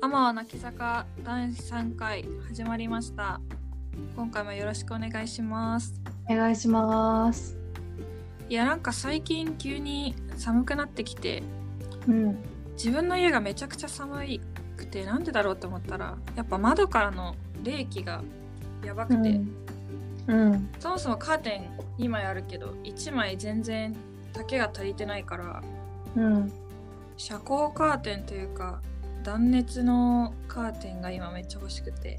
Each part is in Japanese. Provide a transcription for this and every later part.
天は泣き坂第3回始まりました今回もよろしくお願いしますお願いします。いやなんか最近急に寒くなってきてうん。自分の家がめちゃくちゃ寒くてなんでだろうと思ったらやっぱ窓からの冷気がやばくて、うん。そもそもカーテン2枚あるけど1枚全然丈が足りてないからうん。遮光カーテンというか断熱のカーテンが今めっちゃ欲しくて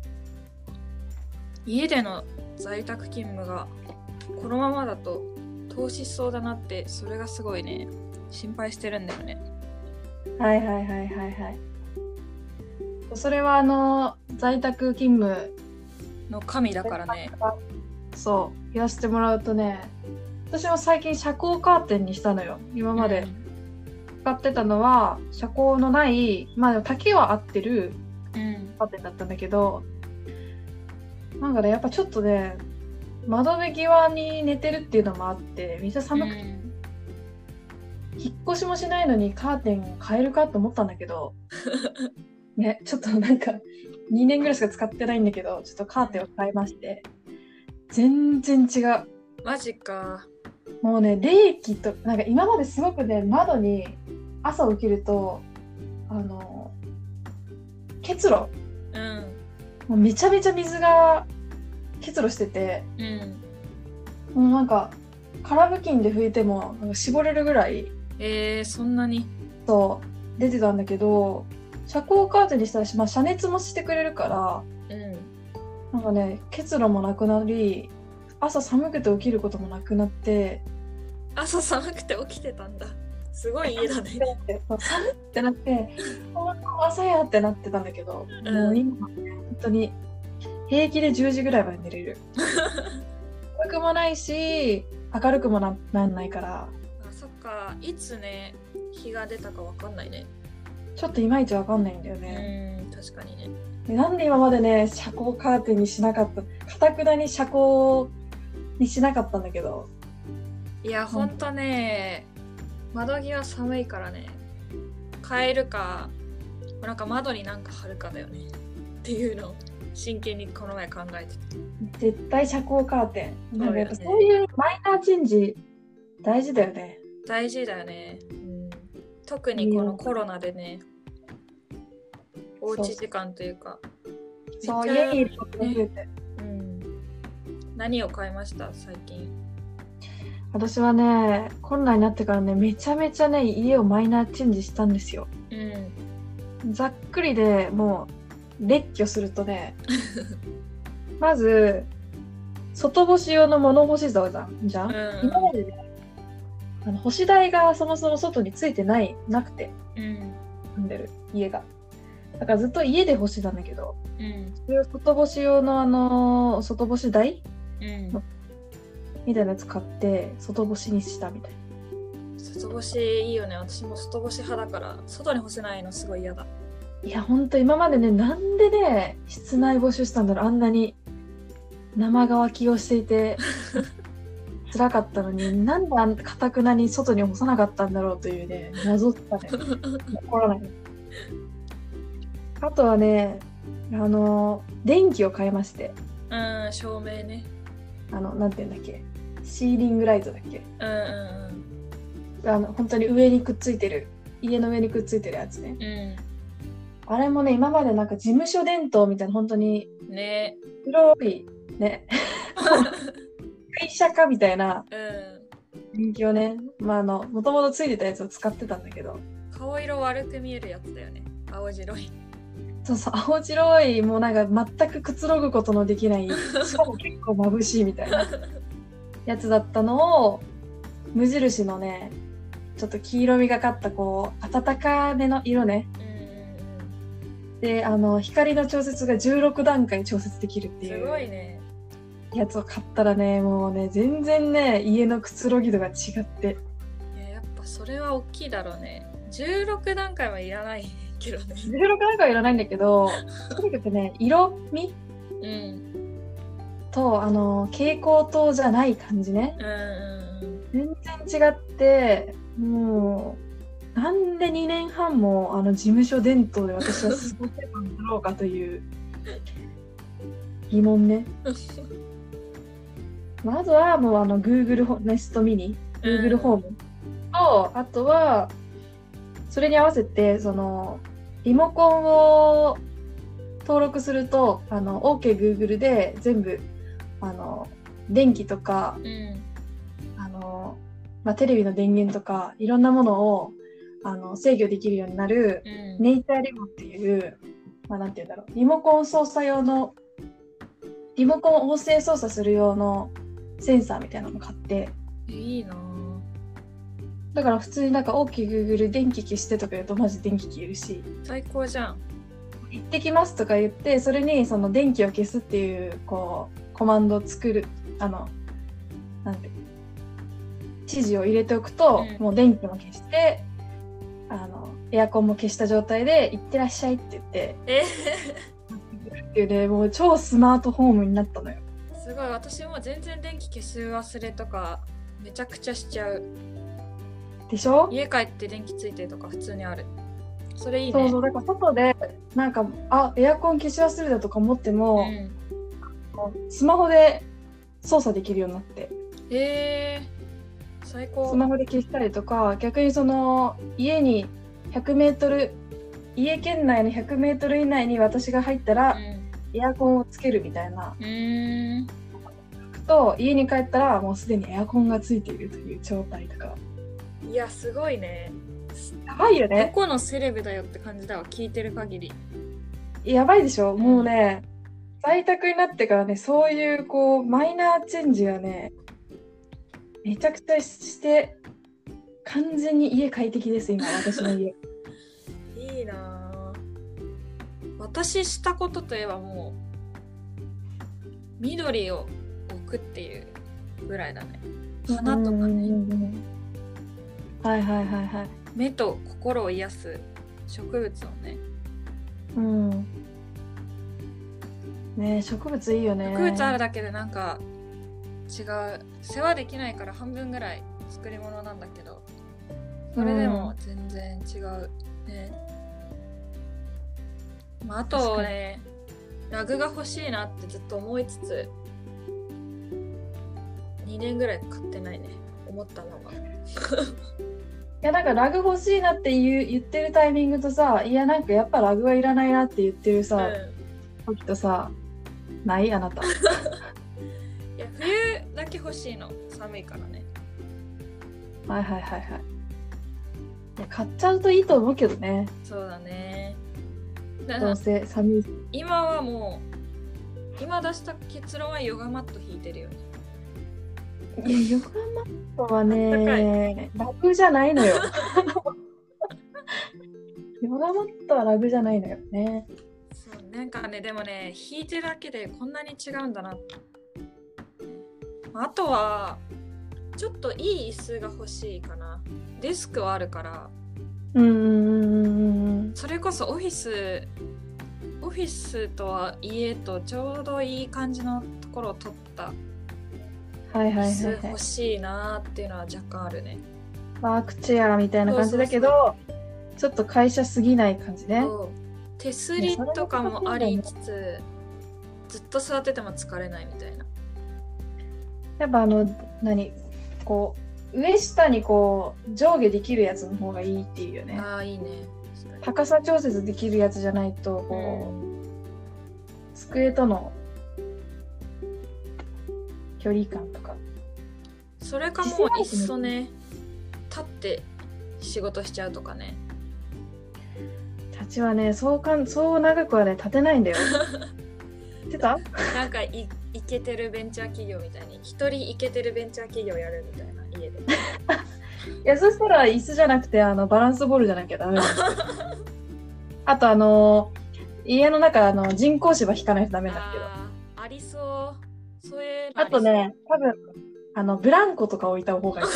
家での在宅勤務がこのままだと投資しそうだなってそれがすごいね心配してるんだよねはいはいはいはいはい。それはあの在宅勤務の神だからねそうやらせてもらうとね私も最近遮光カーテンにしたのよ今まで使ってたのは遮光のないまあでも丈は合ってるうん、うんカーテンだったんだけどなんかねやっぱちょっとね窓辺際に寝てるっていうのもあってめっちゃ寒くてうん引っ越しもしないのにカーテンを変えるかと思ったんだけどねちょっとなんか2年ぐらいしか使ってないんだけどちょっとカーテンを変えまして全然違うマジかもうね冷気となんか今まですごくね窓に朝起きるとあの結露うんもうめちゃめちゃ水が結露しててうんもうなんか空布巾で拭いてもなんか絞れるぐらいえー、そんなにそう出てたんだけど遮光カーテンにしたらし、まあ、遮熱もしてくれるからうんなんかね結露もなくなり朝寒くて起きることもなくなって朝寒くて起きてたんだすごい家だねそう寒ってなってあー朝やってなってたんだけど、うんもう今はね本当に平気で10時ぐらいまで 寝れる寒くもないし明るくもななんないからあそっかいつね日が出たかわかんないねちょっといまいちわかんないんだよね。うん確かにねでなんで今までね遮光カーテンにしなかったかたくなに遮光にしなかったんだけどいやほんとね窓際寒いからね変えるかなんか窓になんか貼るかだよねっていうのを真剣にこの前考えてた絶対遮光カーテンなんかやっぱそうそよねういうマイナーチェンジ大事だよね大事だよね、うん、特にこのコロナでねおうち時間というかそうめっちゃ家にいることが増えて、うん何を買いました最近私はねコロナになってからねめちゃめちゃね家をマイナーチェンジしたんですようんざっくりでもう列挙する とねまず外干し用の物干し竿じゃんじゃんうん今までねあの干し台がそもそも外についてないなくてうん住んでる家がだからずっと家で干してたんだけどうんそれを外干し用のあの外干し台うんみたいなやつ買って外干しにしたみたいな外干しいいよね私も外干し派だから外に干せないのすごい嫌だいやほんと今までねなんでね室内干ししたんだろうあんなに生乾きをしていて辛かったのになんであんかたくなに外に干さなかったんだろうというね謎だね怒らない。あとはね、あの、電気を変えまして、うん照明ねあの、なんていうんだっけ、シーリングライトだっけ、うんうんあの、本当に上にくっついてる、家の上にくっついてるやつね。うんあれもね、今までなんか事務所電灯みたいな、本当にうん ね黒い、ね、会社かみたいなう電気をね、まあ、あの、もともとついてたやつを使ってたんだけど、ん顔色悪く見えるやつだよね青白いそうそう、青白い、もうなんか全くくつろぐことので きない、しかも結構眩しいみたいなやつだったのを、無印のね、ちょっと黄色みがかった、こう、暖かめの色ね。うんうんで、あの、光の調節が16段階調節できるっうんてすいごいうねやつを買ったらね、もうね、全然ね、家のくつろぎ度が違って。いややっぱそれは大きいだろうね16段階はいらないけどね16段階いらないんだけど、とにかくね、色味うんと、あの、蛍光灯じゃない感じね。うんうんうん全然違ってもうなんで2年半もあの事務所伝統で私は過ごせたんだろうかという疑問ね。まずはもうあの Google ホ Nest Mini、Google ホームと、あとはそれに合わせてそのリモコンを登録するとあの OKGoogle で全部あの電気とかうんあの、まあ、テレビの電源とかいろんなものをあの制御できるようになるうんネイチャーリモっていう、まあ、なんて言うんだろうリモコン操作用のリモコンを音声操作する用のセンサーみたいなの買っていいなぁだから普通になんか大きい Google 電気消してとか言うとマジ電気消えるし最高じゃん行ってきますとか言ってそれにその電気を消すっていうこうコマンドを作るあのなんて指示を入れておくと、うんもう電気も消してあのエアコンも消した状態で「行ってらっしゃい」って言ってえっていうねもう超スマートホームになったのよすごい私も全然電気消す忘れとかめちゃくちゃしちゃうでしょ家帰って電気ついてるとか普通にあるそれいいねそうそうだから外でなんかあエアコン消し忘れたとか思っても、ん、スマホで操作できるようになってえー、最高スマホで消したりとか逆にその家に 100m 家圏内の 100m 以内に私が入ったうらんエアコンをつけるみたいなうーんと家に帰ったらもうすでにエアコンがついているという状態とかいやすごいねやばいよどねこのセレブだよって感じだわ聞いてる限りやばいでしょもうね在宅になってからねそういうこうマイナーチェンジがねめちゃくちゃして完全に家快適です今私 の家いいなぁ私したことといえばもう緑を置くっていうぐらいだね花とかうんうんうねんうんはいはいはいはい目と心を癒す植物をねうん。ねえ植物いいよね。植物あるだけでなんか違う世話できないから半分ぐらい作り物なんだけどそれでも全然違うね、まあ、あとねラグが欲しいなってずっと思いつつ2年ぐらい買ってないね思ったのがいやなんかラグ欲しいなって言う言ってるタイミングとさ、いやなんかやっぱラグはいらないなって言ってるさ、う時とさ、ないあなた。ん、いや冬だけ欲しいの寒いからねはいはいはいはい。いや買っちゃうといいと思うけどね。そうだねだどうせ寒い。今はもう今出した結論はヨガマット引いてるよねいや横浜マットは暖ね、ラグじゃないのよ。 ヨガマットはラグじゃないのよね。そうなんかねでもね引いてるだけでこんなに違うんだなあとはちょっといい椅子が欲しいかなデスクはあるからうんうんうんうんうん。それこそオフィスオフィスとは家とちょうどいい感じのところを取ったはいはいはい、椅はい。子欲しいなーっていうのは若干あるね、ワークチェアみたいな感じだけどちょっと会社すぎない感じねそう手すりとかもありつつずっと座ってても疲れないみたいなやっぱあの何こう上下にこう上下できるやつの方がいいっていうよねああいいねそれ高さ調節できるやつじゃないとこう、机との距離感とかそれかもういっそね立って仕事しちゃうとかね立ちはねそうかんそう長くはね立てないんだよ立てたなんかい イケてるベンチャー企業みたいに一人イケてるベンチャー企業やるみたいな家でいや、そしたら椅子じゃなくて、あの、バランスボールじゃなきゃダメなんです よあと、あの、家の中、あの、人工芝引かないとダメなんだけど。ああーありそうそういうのりそとうね、多分、あの、ブランコとか置いた方がいい。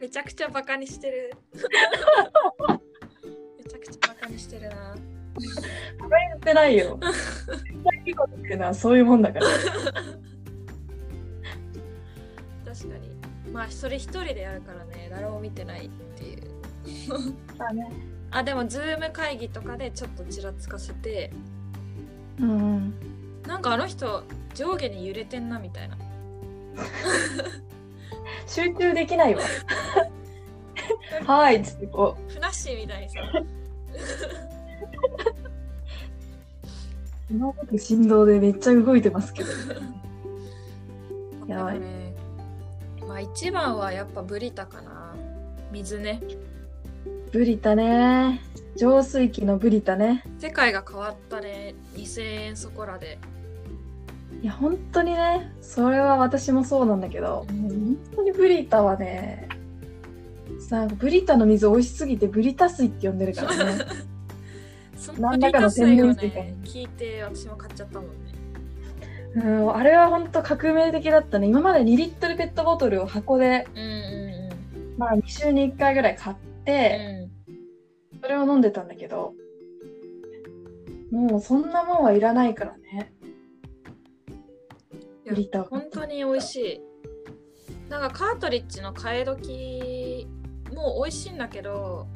めちゃくちゃバカにしてる めちゃくちゃバカにしてるな言ってないよ。大事ことっていうのはそういうもんだから。確かにまあそれ一人でやるからねね誰も見てないっていうだね。あでもズーム会議とかでちょっとちらつかせてうん。なんかあの人上下に揺れてんなみたいな集中でき ないわ。はい、つってこふなっしーみたいにさう、今まで振動でめっちゃ動いてますけど。やばいでもねまあ一番はやっぱブリタかな水ねブリタね。浄水器のブリタね。世界が変わったね2000円そこらでいや、本当にね、それは私もそうなんだけど、もう本当にブリタはね、さブリタの水美味しすぎてブリタ水って呼んでるからね。 そなのんブだリかタの水宣を伝してたね聞いて私も買っちゃったもんねうん、あれは本当革命的だったね。今まで2リットルペットボトルを箱で、うんうんまあ2週に1回ぐらい買って、うんそれを飲んでたんだけど、もうそんなもんはいらないからね。いやブリタは本当に美味しいなんかカートリッジの替え時も美味しいんだけど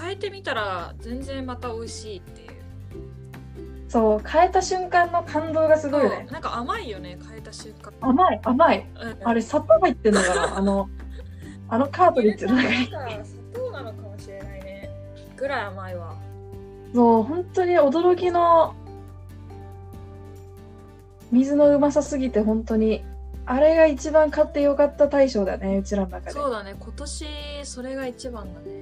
変えてみたら全然また美味しいっていうそう、変えた瞬間の感動がすごいよね。なんか甘いよね変えた瞬間、甘い、甘い。うんあれ、砂糖入ってんのか なあの、あのカートリッジの中に。なんか砂糖なのかもしれないねぐらい甘いわもう本当に驚きの水のうまさすぎて本当にあれが一番買ってよかった大賞だねうちらの中でそうだね今年それが一番だね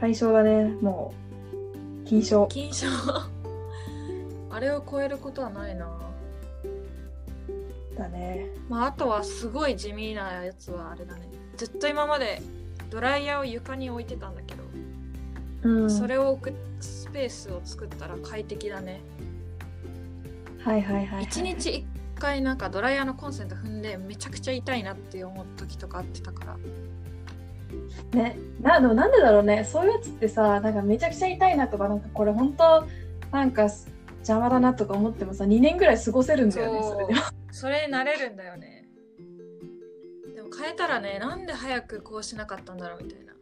大賞だねもう金賞金賞 あれを超えることはないなだねまああとはすごい地味なやつはあれだねずっと今までドライヤーを床に置いてたんだけど、うんそれを置くスペースを作ったら快適だね、はいはいはい、はい、一日1回なんかドライヤーのコンセント踏んでめちゃくちゃ痛いなって思う時とかあってたからねなでもなんでだろうねそういうやつってさなんかめちゃくちゃ痛いなとかなんかこれ本当なんか邪魔だなとか思ってもさ2年ぐらい過ごせるんだよねそれでうそれ慣れるんだよねでも変えたらねなんで早くこうしなかったんだろうみたいなこ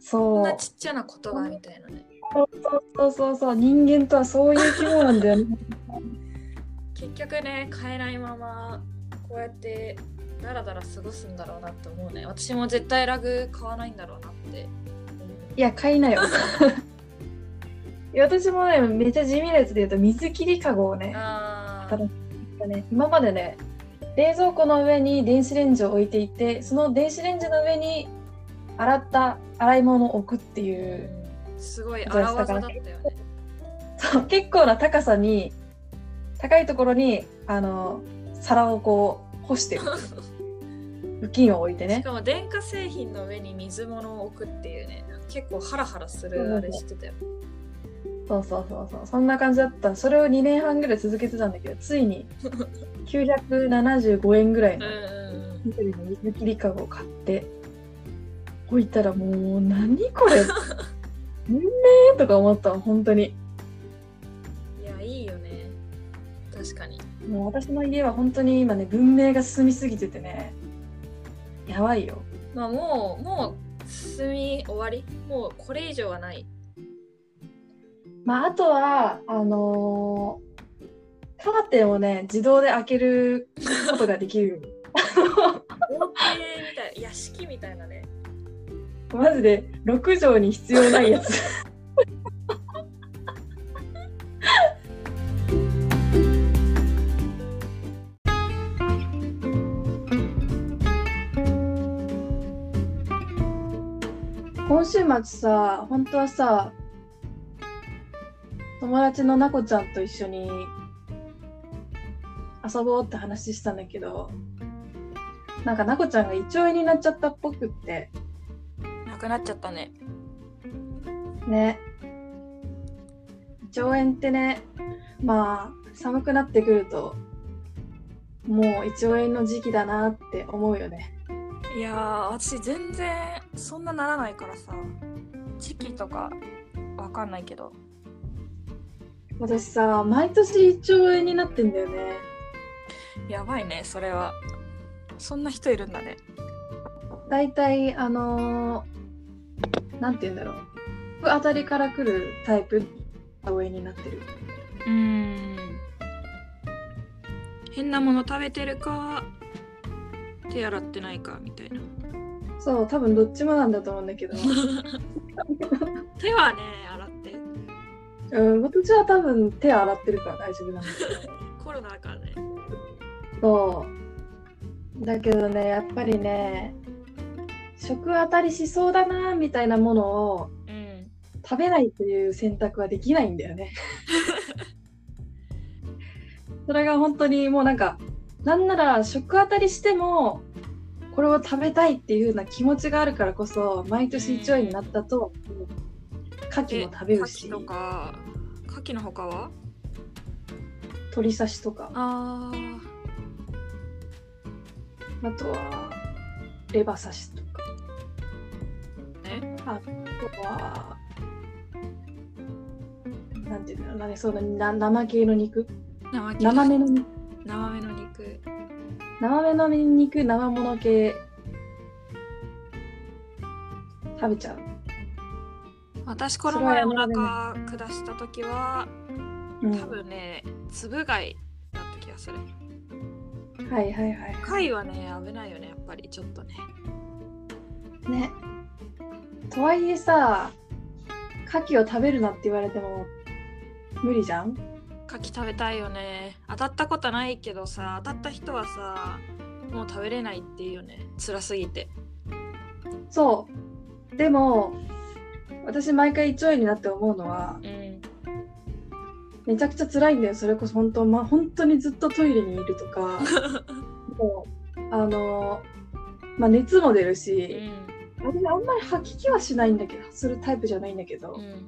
んそなうちっちゃなことがみたいなねそうそうそうそう人間とはそういう生き物なんだよね結局ね変えないままこうやってダラダラ過ごすんだろうなって思うね私も絶対ラグ買わないんだろうなって いや、買いなよ。いや私もね、めっちゃ地味なやつで言うと、水切りかごをね、あ新しくね今までね、冷蔵庫の上に電子レンジを置いていて、その電子レンジの上に洗った洗い物を置くっていーう、うんすごい荒技だったよねそう結構な高さに、高いところに、あの、皿をこう、干 してる。布巾を置いてしね。かも電化製品の上に水物を置くっていうね結構ハラハラするあれしてたよそうそうそうそう。そんな感じだった。それを2年半ぐらい続けてたんだけど、ついに975円ぐらいうの。んうんうん緑の水切りかごを買って置いたらもう何これうんねーとか思ったわ本当にいやいいよね確かにもう私の家は本当に今ね文明が進みすぎててねやばいよまあもうもう進み終わりもうこれ以上は ないまああとはあのーカーテンをね自動で開けることができる豪邸みたい屋敷みたいなねマジで6畳に必要ないやつ今週末さ本当はさ友達のなこちゃんと一緒に遊ぼうって話したんだけどなんかなこちゃんが胃腸炎になっちゃったっぽくってなくなっちゃったねね胃腸炎ってねまあ寒くなってくるともう胃腸炎の時期だなって思うよねいやー私全然そんなならないからさ時期とかわかんないけど私さ毎年胃腸炎になってんだよねやばいねそれはそんな人いるんだね大体あのーなんて言うんだろうあたりから来るタイプが上になってるうーん変なもの食べてるか手洗ってないかみたいなそう多分どっちもなんだと思うんだけど、手はね洗ってうん、私は多分手洗ってるから大丈夫なんだけどコロナだからねそうだけどねやっぱりね食当たりしそうだなみたいなものをうん食べないという選択はできないんだ よね。それが本当にもうなんかなんなら食当たりしてもこれを食べたいっていうような気持ちがあるからこそ毎年一応になったと牡蠣も食べるし牡蠣とか牡蠣の他は鶏刺しとかああとはレバ刺しとかねあとはなんていうんだろうなねそうだな生系の肉ー生き生めの肉生めの肉生めのニンニク生もの系食べちゃう、私この前お腹下した時は多分ねつぶ貝だった気がするはいはいはい貝はね危ないよねやっぱりちょっとねねとはいえさ牡蠣を食べるなって言われても無理じゃん牡蠣食べたいよね当たったことないけどさ当たった人はさもう食べれないっていうよね辛すぎてそうでも私毎回一応になって思うのはうんめちゃくちゃ辛いんだよそれこそ本当ま本当にずっとトイレにいるとかもうあのまあ熱も出るうし、ん私あんまり吐き気はしないんだけどするタイプじゃないんだけど、うん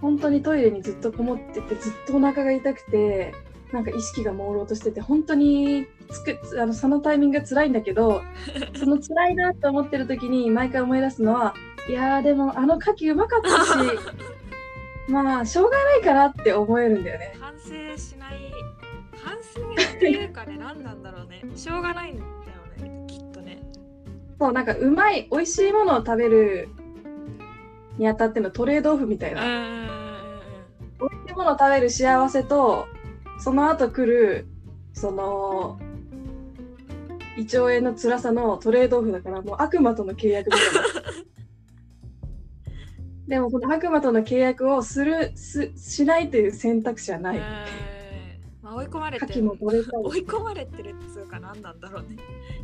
本当にトイレにずっとこもっててずっとお腹が痛くてなんか意識が朦朧としてて本当につくつあのそのタイミングが辛いんだけどその辛いなって思ってる時に毎回思い出すのはいやーでもあの牡蠣うまかったしまあしょうがないかなって思えるんだよね反省しない反省っていうかね 何なんだろうねしょうがないんだよねきっとねそうなんかうまい美味しいものを食べるにあたってのトレードオフみたいうんな、うんうん美味しいものを食べる幸せとその後来るその胃腸炎の辛さのトレードオフだからもう悪魔との契約みたい なでもその悪魔との契約をするすしないという選択肢はなうんいまあ追い込まれ牡て蠣も取れた追い込まれてるっつうか何なんだろうね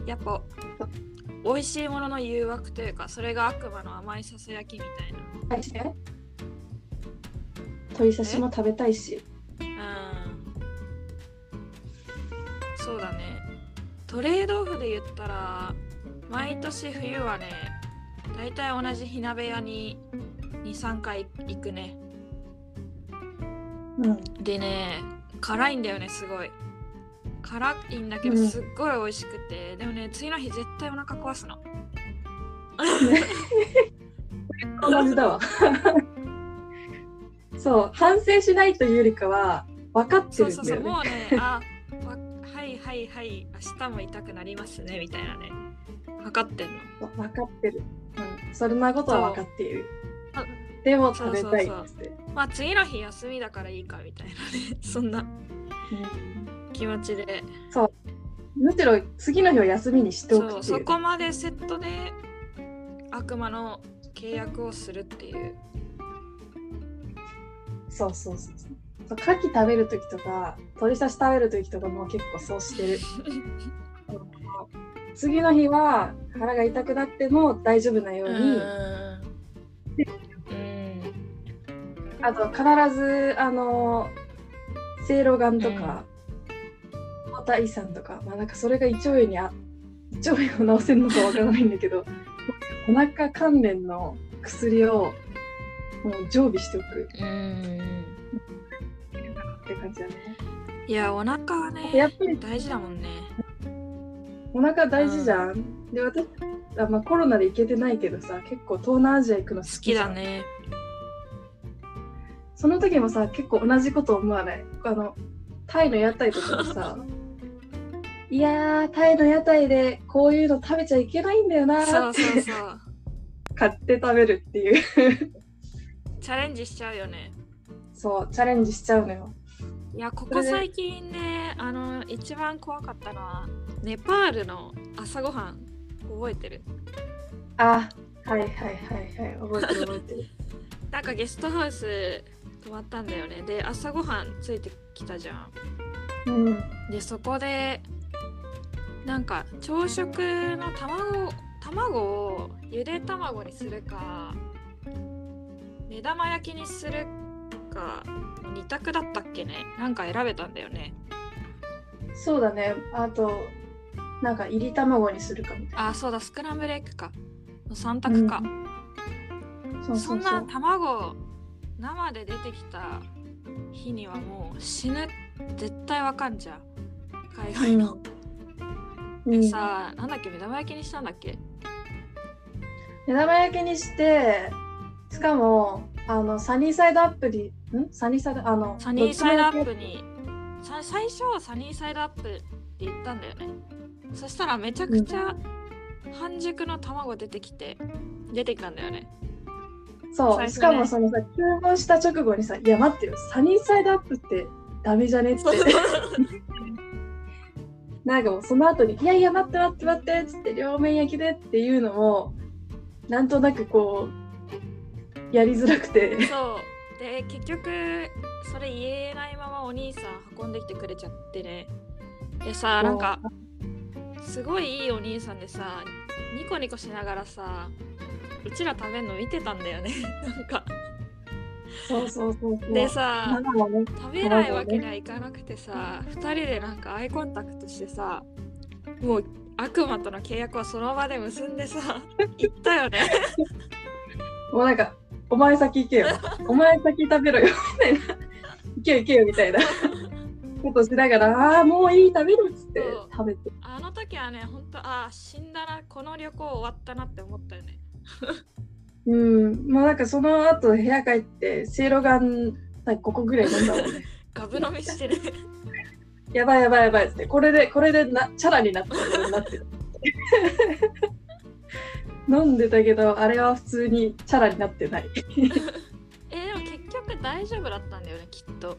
やっぱ美味しいものの誘惑というかそれが悪魔の甘いささやきみたいなりして鶏刺しも食べたいしうんそうだねトレードオフで言ったら毎年冬はね大体同じ火鍋屋に23回行くねうんでね辛いんだよねすごい辛いんだけどうんすっごい美味しくて、でもね次の日絶対お腹壊すの同じだわ そう反省しないというよりかは分かってそうるんそうだそうよねもうねあわはいはいはい明日も痛くなりますねみたいなね分かってんのわ分かってる、うん、そんなことは分かっているそうでも食べたいっつってまあ次の日休みだからいいかみたいなね そんな気持ちでうんむしろ次の日を休みにしておそくうってそいうこまでセットで悪魔の契約をするっていうそうそうそうそうそう牡蠣食べる時とか鶏刺し食べる時とかもう結構そうして る次の日は腹が痛くなっても大丈夫なよううに、んうんあと必ずあのせいろがんとか、おたいさんとか、まあ、なんかそれが胃腸炎にあ胃腸炎を治せるのかわからないんだけどお腹関連の薬をもう常備しておくうんって感じだね。いやお腹はやねっぱり大事だもんねお腹大事じゃん。で私あ、まあ、コロナで行けてないけどさ結構東南アジア行くの好好ききじゃだんねその時もさ結構同じこと思わないあのタイの屋台とかでさ いやー、タイの屋台でこういうの食べちゃいけないんだよなそーうっそてうそう買って食べるっていう。チャレンジしちゃうよねそう、チャレンジしちゃうのよ。いやこそこれで最近ねあの一番怖かったのはネパールの朝ごはん覚えてるあ、はいはいはいはい。覚えてる覚えてる。なんかゲストハウス泊まったんだよねで朝ごはんついてきたじゃんうん。でそこでなんか朝食の卵卵をゆで卵にするか目玉焼きにするか2択だったっけねなんか選べたんだよねそうだね。あと、なんか、いり卵にするかみたいあそうだスクランブルエッグかの3択か、な。そうそそんうそなう。卵生で出てきた日にはもう死ぬ絶対わかんじゃん海外の、うんでさなんだっけ目玉焼きにしたんだっけ目玉焼きにして、しかも、あの、サニーサイドアップに、んサニーサイド、あの、サニーサイドアップどっちにもさ最初はサニーサイドアップって言ったんだよねそしたらめちゃくちゃ半熟の卵出てきて出てきたんだよねそう、最初ねしかもそのさ、注文した直後にさ、いや待ってよ、サニーサイドアップってダメじゃねって。 なんかもうその後に、いやいや待って待って待ってっつって、両面焼きでっていうのも、なんとなくこう、やりづらくて。そうで結局それ言えないままお兄さん運んできてくれちゃってねでさなんかすごいいいお兄さんでさニコニコしながらさうちら食べるの見てたんだよね なんか そうそうそうそう。でさママもね、食べないわけにはいかなくてさ2人でなんかアイコンタクトしてさもう悪魔との契約はその場で結んでさ行ったよねもうなんか、お前先行け よ。お前先食べろよ。みたいな。行けよ行けよみたいな。ことしながら、ああー、もういい、食べるっつってそう食べて。あの時はねほんとああ死んだなこの旅行終わったなって思ったよねうん、もうなんかその後部屋帰って、せいろがん、なんか5個ぐらい飲んだもんね。 ガブ飲みしてるやばいやばいやばいっつって、これで、これでな、チャラになってる、なってる。飲んでたけど、あれは普通にチャラになってない。えでも結局大丈夫だったんだよねきっと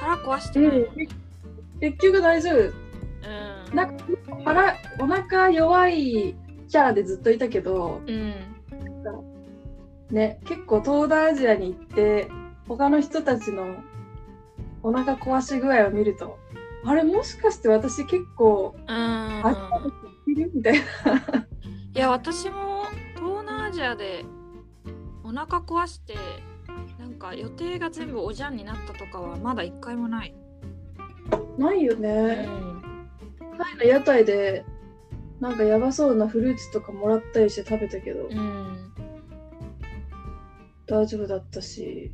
腹壊してないもんね結局大丈夫。うんなんか腹、お腹弱いキャラでずっといたけど、うんね、結構東南アジアに行って、他の人たちのお腹壊し具合を見ると、あれもしかして私結構、あうんいるみたいな。いや私も東南アジアでお腹壊してなんか予定が全部おじゃんになったとかはまだ一回もない、ないようね。ん、タイの屋台でなんかやばそうなフルーツとかもらったりして食べたけど、大丈夫だったし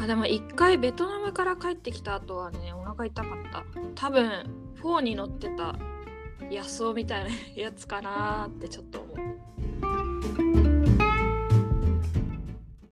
あでも一回ベトナムから帰ってきた後はねお腹痛かった多分フォーに乗ってた野草みたいなやつかなーってちょっと思う